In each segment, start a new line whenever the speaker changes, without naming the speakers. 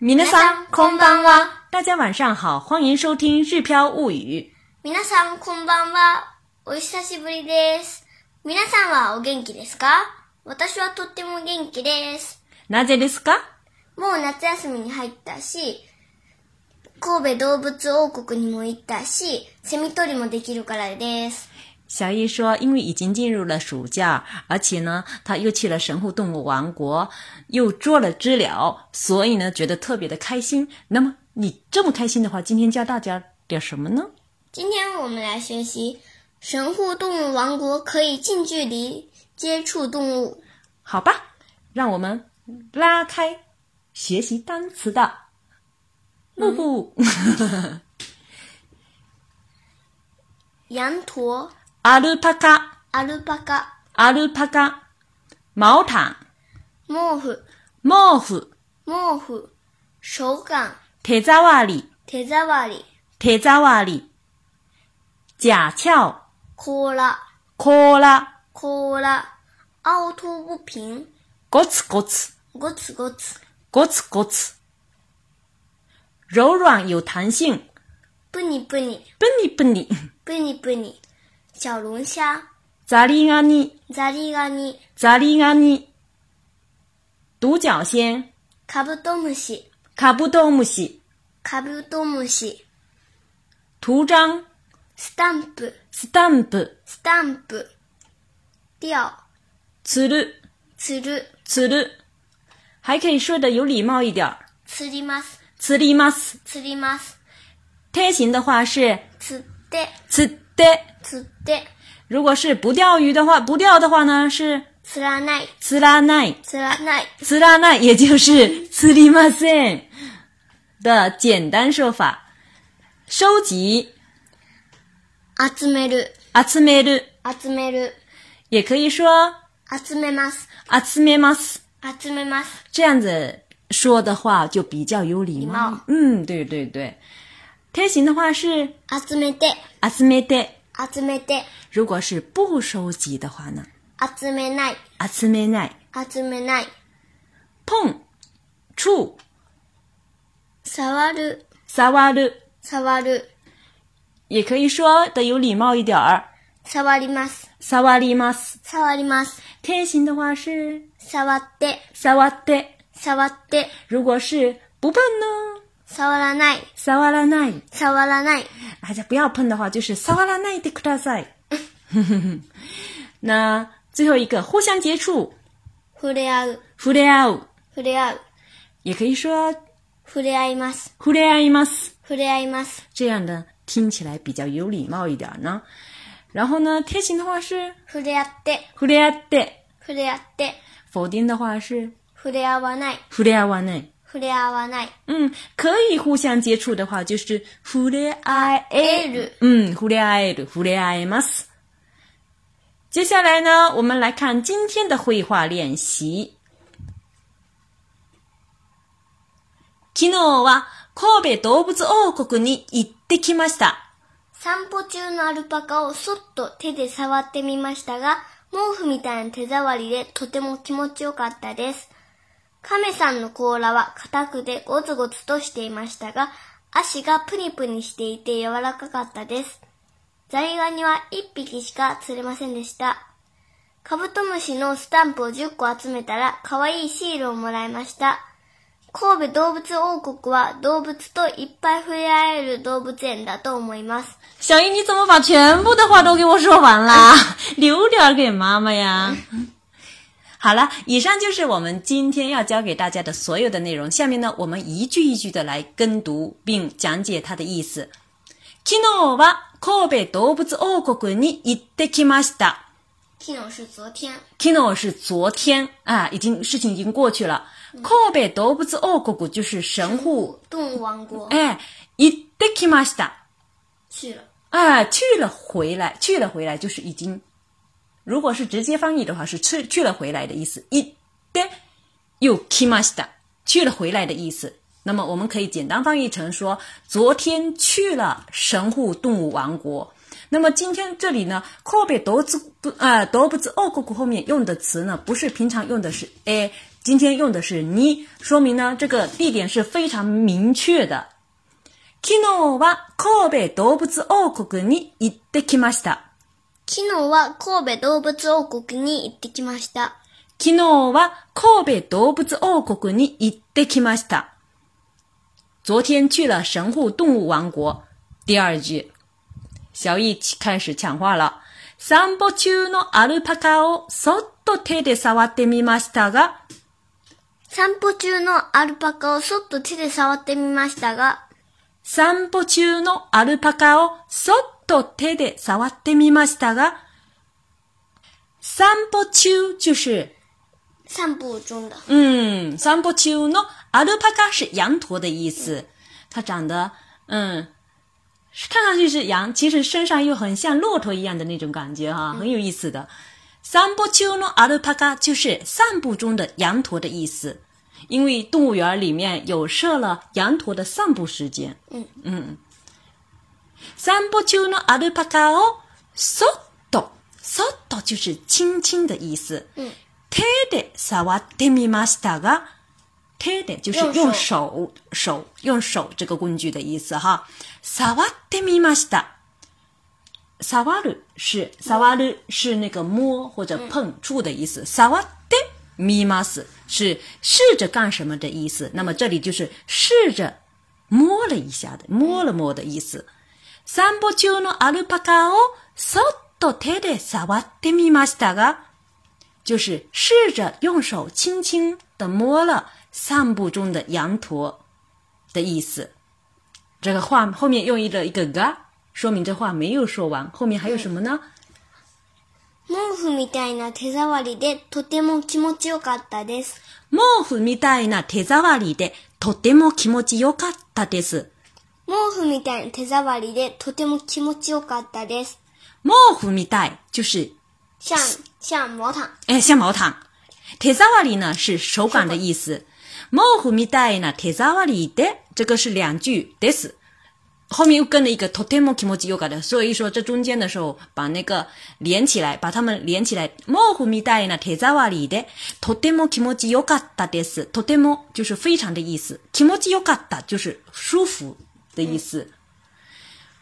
皆さんこんばんは。
大家晚上好，欢迎收听《日飘物语
皆さんこんばんは。お久しぶりです。皆さんはお元気ですか私はとっても元気です。》。
なぜですか？
もう夏休みに入ったし、神戸動物王国にも行ったし、セミ取りもできるからです。
小易说，因为已经进入了暑假，而且呢，他又去了神户动物王国，又捉了知了，所以呢，觉得特别的开心。那么你这么开心的话，今天教大家点什么呢？
今天我们来学习神户动物王国可以近距离接触动物。
好吧，让我们拉开学习单词的幕布。
羊驼、
アルパカ、
アルパカ、
アルパカ，毛毯、
毛布、
毛布、
毛布、手感、
手触り、
手触り、
手触り、甲壳、
甲羅、
甲羅、
甲羅、凹凸不平、
ゴツゴツ、
ゴツゴツ、
ゴツゴツ。柔软有弹性，
プニプニ、
笨你笨你，
プニプニ、小龙虾、
ザリガニ、
ザリガニ、
ザリガニ。独角仙、
カブトムシ、
カブトムシ、
カブトムシ、
图章、
スタンプ、
スタンプ、
スタンプ、吊、
つる、
釣る、
つる。还可以说的有礼貌一点儿，
釣ります、
釣ります。
釣ります、
贴形的话是
釣って、
釣って，
釣って、
如果是不钓鱼的话，不钓的话呢是
釣らない、
釣らない。
釣らない、
釣らない，也就是釣りません的简单说法。收集、
集める、
集める，
集める、
也可以说
集めます、
集めます。
集めます、
这样子说的话就比较有礼
礼
貌
貌。
嗯，对对对。贴形的话是
集めて、
集めて，
集めて、
如果是不收集的话呢，
集めない、
集めない。
集めない、
碰、触、
触る、
触る，
触る、
也可以说的有礼貌一点儿。
触ります、
触ります。
触ります、
贴形的话是
触って、
触って。
触って、
如果是不碰呢？
触らない、
触らない。
触らない、
大家不要碰的话，就是触らないでください。 那最后一个，互相接触，
触れ合う、
触れ合う，
触れ合う、
也可以说
触れ合います、
触れ合います，
触れ合います、
这样的听起来比较有礼貌一点呢。然后呢，贴形的话是
触れ合って、
触れ合って，
触れ合って、
否定的话是
触れ合わない、
触れ合わない。
触れ合わない、
嗯，可以互相接触的话，就是触れ合える。嗯，触れ合える、触れ合えます。接下来呢，我们来看今天的绘画练习。昨日は神戸動物王国に行ってきました。
散歩中のアルパカをそっと手で触ってみましたが、毛布みたいな手触りでとても気持ちよかったです。亀さんの甲羅は硬くてゴツゴツとしていましたが、足がプニプニしていて柔らかかったです。ザリガニは1匹しか釣れませんでした。カブトムシのスタンプを10個集めたら可愛いシールをもらいました。神戸動物王国は動物といっぱい触れ合える動物園だと思います。
小英，你怎么把全部的话都给我说完啦？ 留点儿给妈妈呀。 好了，以上就是我们今天要教给大家的所有的内容。下面呢，我们一句一句的来跟读并讲解它的意思。昨啊日は神戸動物王国に行ってきました。
昨日是昨天，
昨日是昨天啊，已经事情已经过去了。神戸動物王国就是神户，
动物王国
哎，行ってきました。
去了。
啊，去了回来，去了回来就是已经，如果是直接翻译的话是去去了回来的意思。いで又 k i m a s t a 去了回来的意思。那么我们可以简单翻译成说，昨天去了神户动物王国。那么今天这里呢，啊河北独子不呃独不子二国国后面用的词呢，不是平常用的是 a，今天用的是に，说明呢这个地点是非常明确的。昨日は神戸動物王国に行ってきました。
昨日は神戸動物王国に行ってきました。
昨日は神戸動物王国に行ってきました。昨天去了神户动物王国。第二句，小易开始抢话了。散歩中のアルパカをそっと手で触ってみましたが、
散歩中のアルパカをそっと手で触ってみましたが、
散歩中のアルパカをそっと手で触ってみましたが、散歩中就是
散歩中だ。
嗯，散歩中のアルパカ是羊驼的意思，它长得嗯，看上去是羊，其实身上又很像骆驼一样的那种感觉哈、很有意思的。散歩中のアルパカ就是散步中的羊驼的意思，因为动物园里面有设了羊驼的散步时间。
嗯
嗯，散歩中のアルパカをそっとそっと就是轻轻的意思。
うん。
手で触ってみましたが，手で就是用
用
手手用手这个工具的意思哈。触ってみました，触る是触る是那个摸或者碰触的意思，触ってみます是试着干什么的意思。那么这里就是试着摸了一下的，摸了摸的意思。散歩中のアルパカをそっと手で触ってみましたが。就是试着用手轻轻的摸了散步中的羊驼的意思。这个话后面用了一个 ga，说明这话没有说完。后面还有什么呢？
毛布みたいな手触りでとても気持ちよかったです。
毛布みたいな手触りでとても気持ちよかったです。
毛布みたいな手触りでとても気持ちよかったです。
毛布みたい就是
像像毛毯。
哎像毛毯，手触り呢是手感的意思。毛布みたいな手触りで这个是两句です。后面又跟了一个 totemo kimoji yoga 的，所以说这中间的时候把那个连起来，把它们连起来。毛布みたいな手触りで totemo kimoji yoga だです。totemo 就是非常的意思，kimoji yoga だ就是舒服的意思，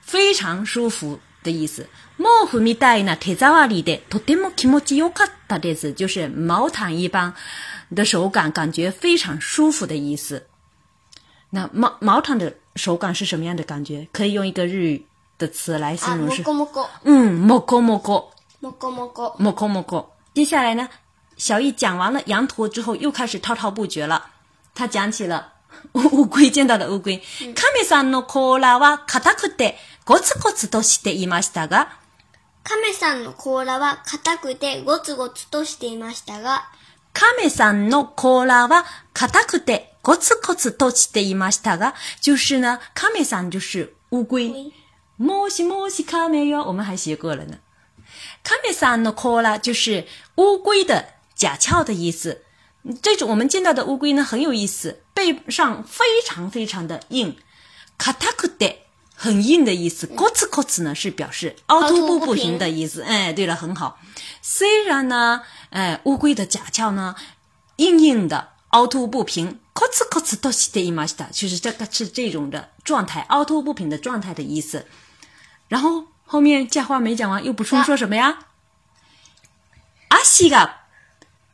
非常舒服的意思。毛布みたいな手触りで totemo kimoji yoga だです，就是毛毯一般的手感，感觉非常舒服的意思。那毛毛毯的手感是什么样的感觉？可以用一个日语的词来形
あ、
容
も
是，
こもこ。
嗯，もこもこ，
もこもこ。
もこもこ。接下来呢，小易讲完了羊驼之后，又开始滔滔不绝了。他讲起了乌乌 龟见到的乌龟，亀さんの甲羅は硬くてゴツゴツとしていましたが、
亀さんの甲羅は硬くてゴツゴツとしていましたが、
亀さんの甲羅は硬くてゴツゴツとしていましたが，就是呢，亀さん就是乌龟
龟。
もしもし亀哟，我们还学过了呢。亀さんの甲羅就是乌龟的甲壳的意思。这种我们见到的乌龟呢很有意思，背上非常非常的硬，硬くて很硬的意思。ゴツゴツ呢是表示凹凸不平的意思。哎，对了，很好。虽然呢，哎，乌龟的甲壳呢硬硬的，凹凸不平。コツコツとしていました，就是这个是这种的状态，凹凸不平的状态的意思。然后后面这话没讲完，又补充说什么呀？足が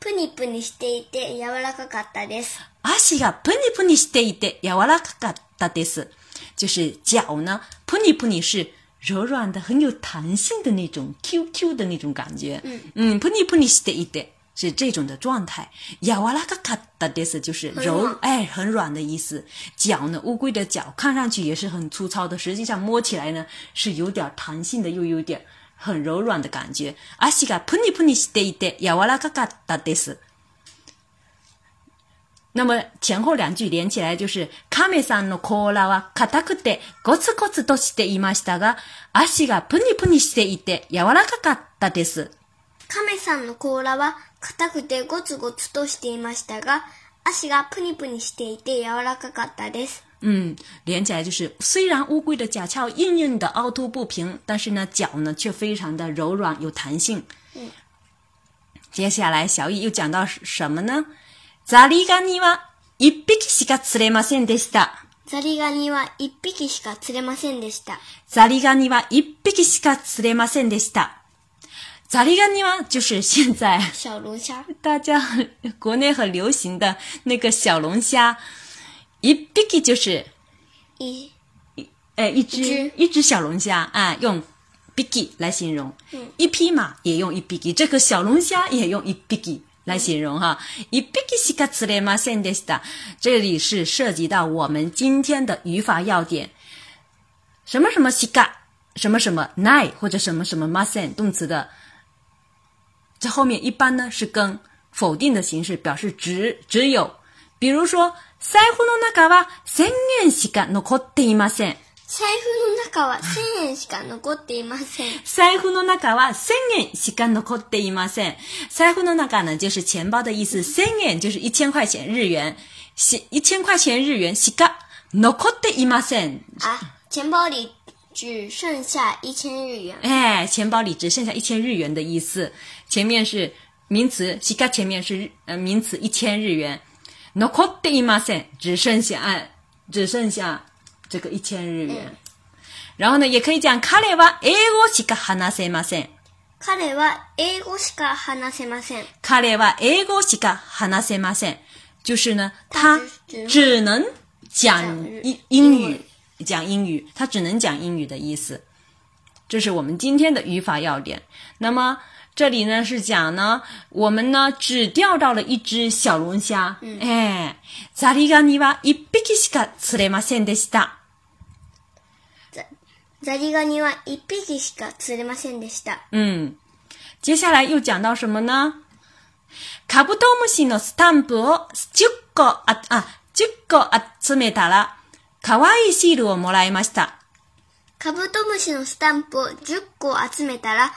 プニプニしていて柔らかかったです。
足がぷにぷにしていて柔らかかったです。就是脚呢，ぷにぷに是柔软的、很有弹性的那种 QQ 的那种感觉。嗯嗯，ぷにぷにしていて是这种的状态。柔らかかったです就是柔
很软
哎很软的意思。脚呢，乌龟的脚看上去也是很粗糙的，实际上摸起来呢是有点弹性的，又有点很柔软的感觉。足がぷにぷにしていて柔らかかったです。那么前后两句连起来就是“亀さんの甲羅は硬くてゴツゴツとしていましたが、足がプニプニしていて柔らかかったです。
亀さんの甲羅は硬くてゴツゴツとしていましたが、足がプニプニしていて柔らかかったです。”
嗯，连起来就是虽然乌龟的甲壳硬硬的、凹凸不平，但是呢，脚呢却非常的柔软有弹性。接下来小易又讲到什么呢？ザリガニは一匹しか釣れませんでした。
ザリガニは一匹しか釣れませんでした。
ザリガニは一匹しか釣れませんでした。ザリガニは就是现在
小龙虾、
大家很国内很流行的那个小龙虾，一匹就是
一
呃一只
一只
小龙虾啊，用 biggy 来形容，一匹马也用一 biggy，这个小龙虾也用一 biggy 来形容哈。一 biggy しか釣れませんでした。这里是涉及到我们今天的语法要点，什么什么しか，什么什么ない或者什么什么ません动词的，这后面一般呢是跟否定的形式表示只只有，比如说財布の中は千円しか残っていません。
財布の中は1000円しか残っていません。
財布の中は千円しか残っていません。財布の中呢，就是钱包的意思。千円就是一千块钱日元，し一千块钱日元しか残っていません。
啊，钱包里只剩下一千日元。
哎，钱包里只剩下一千日元的意思。前面是名词，しか前面是日呃名词一千日元。残っていません，只剩下哎只剩下这个一千日元。然后呢，也可以讲彼は英語しか話せません。
彼は英語しか話せません。
彼は英語しか話せません。就是呢，他
只
只能讲
讲
英
英
英
文
语，讲英语，他只能讲英语的意思。这是我们今天的语法要点。那么这里呢是讲呢，我们呢只钓到了一只小龙虾。
嗯
哎，ザリガニは一匹しか釣れませんでした。
ザリガニは一匹しか釣れませんでした。
嗯，接下来又讲到什么呢？カブトムシのスタンプを10個あ、あ、10個集めたら、可愛いシールをもらいました。
カブトムシのスタンプを10個集めたら、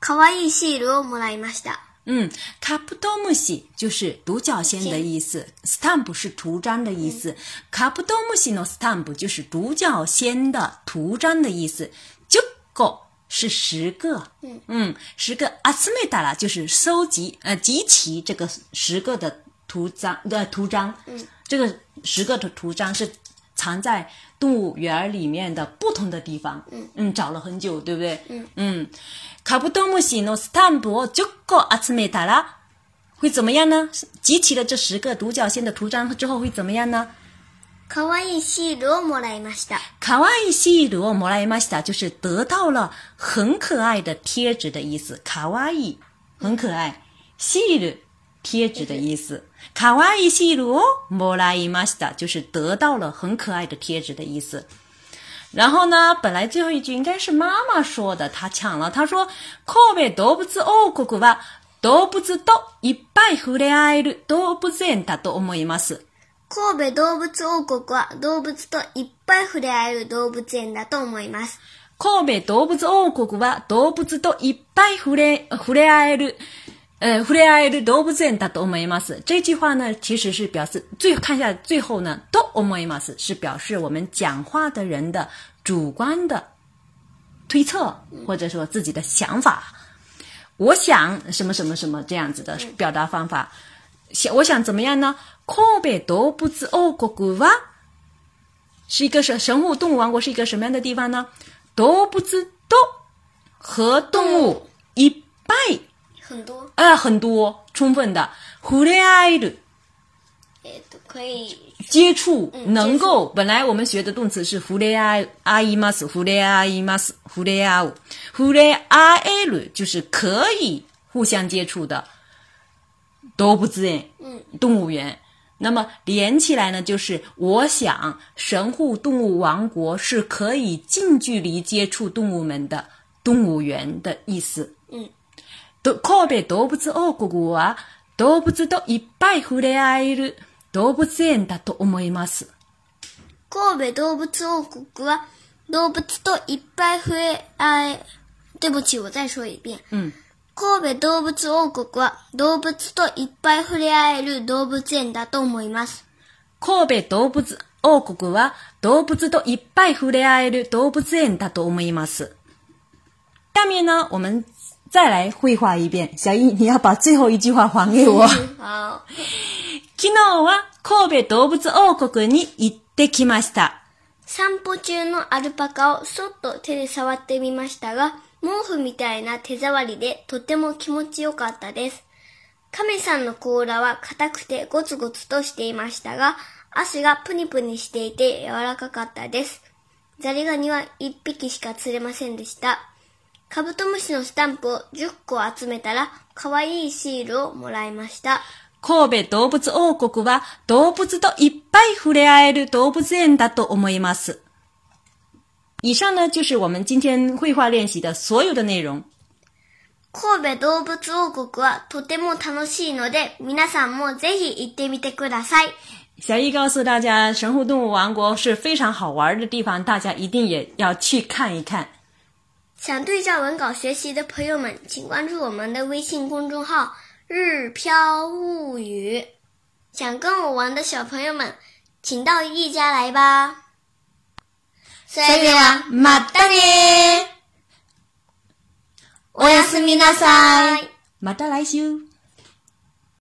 可愛いシールをもらいました。
嗯，卡布多木西就是独角仙的意思，stamp 是图章的意思，卡布多木西の stamp 就是独角仙的图章的意思。九个是十个，嗯十个阿斯梅达拉就是收集呃集齐这个十个的图章的图章，嗯，这个十个的图章是藏在动物园里面的不同的地方，嗯找了很久，对不对？嗯嗯。カブトムシのスタンプを10個集めたら会怎么样呢？集齐了这十个独角仙的图章之后会怎么样呢？
可愛いシールをもらいました。
可愛いシールをもらいました，就是得到了很可爱的贴纸的意思。可愛い，很可爱。シール，贴纸的意思。可愛いシールをもらいました，就是得到了很可爱的贴纸的意思。然后呢，本来最后一句应该是妈妈说的，她抢了。她说：“神戸動物王国は動物といっぱい触れ合える動物園だと思います。”
神戸動物王国は動物といっぱい触れ合える動物園だと思います。
神戸動物王国は動物といっぱい触れ、触れ合える、呃，触れ合える動物園だと思います。这句话呢，其实是表示最看一下最后呢，都思います是表示我们讲话的人的主观的推测，或者说自己的想法。我想什么什么什么这样子的表达方法。想我想怎么样呢？神戸動物王哦国は是一个神神户动物王国是一个什么样的地方呢？动物都和动物一拜
很多。
啊很多充分的触れ合える
えっ、と、可以。
接触
嗯
能够本来我们学的动词是触れ合あいます触れ合います触れ合う触れ合える啊哎就是可以互相接触的动物園
嗯，
动物园。那么连起来呢，就是我想神户动物王国是可以近距离接触动物们的动物园的意思。
嗯，
ど神戸動物王哦国啊は動物といっぱい触れ合える動物園だと思います。
神戸動物王国は動物といっぱい触れ合え、对不起，我再说一遍。
嗯，
神戸動物王国は動物といっぱい触れ合える動物園だと思います。
神戸動物王国は動物といっぱい触れ合える動物園だと思います。下面呢，我们再来绘画一遍。小易，你要把最后一句话还给我。
好，
昨日は神戸動物王国に行ってきました。
散歩中のアルパカをそっと手で触ってみましたが、毛布みたいな手触りでとても気持ちよかったです。亀さんの甲羅は硬くてゴツゴツとしていましたが、足がプニプニしていて柔らかかったです。ザリガニは1匹しか釣れませんでした。カブトムシのスタンプを10個集めたら、可愛いシールをもらいました。
神戸動物王国は動物といっぱい触れ合える動物園だと思います。以上呢就是我们今天绘画练习的所有的内容。
神戸動物王国はとても楽しいので、皆さんもぜひ行ってみてください。
小易告诉大家，神户动物王国是非常好玩的地方，大家一定也要去看一看。
想对照文稿学习的朋友们，请关注我们的微信公众号“日飘物语”。想跟我玩的小朋友们，请到一家来吧。それでは
またね，
おやすみなさい。
また来週。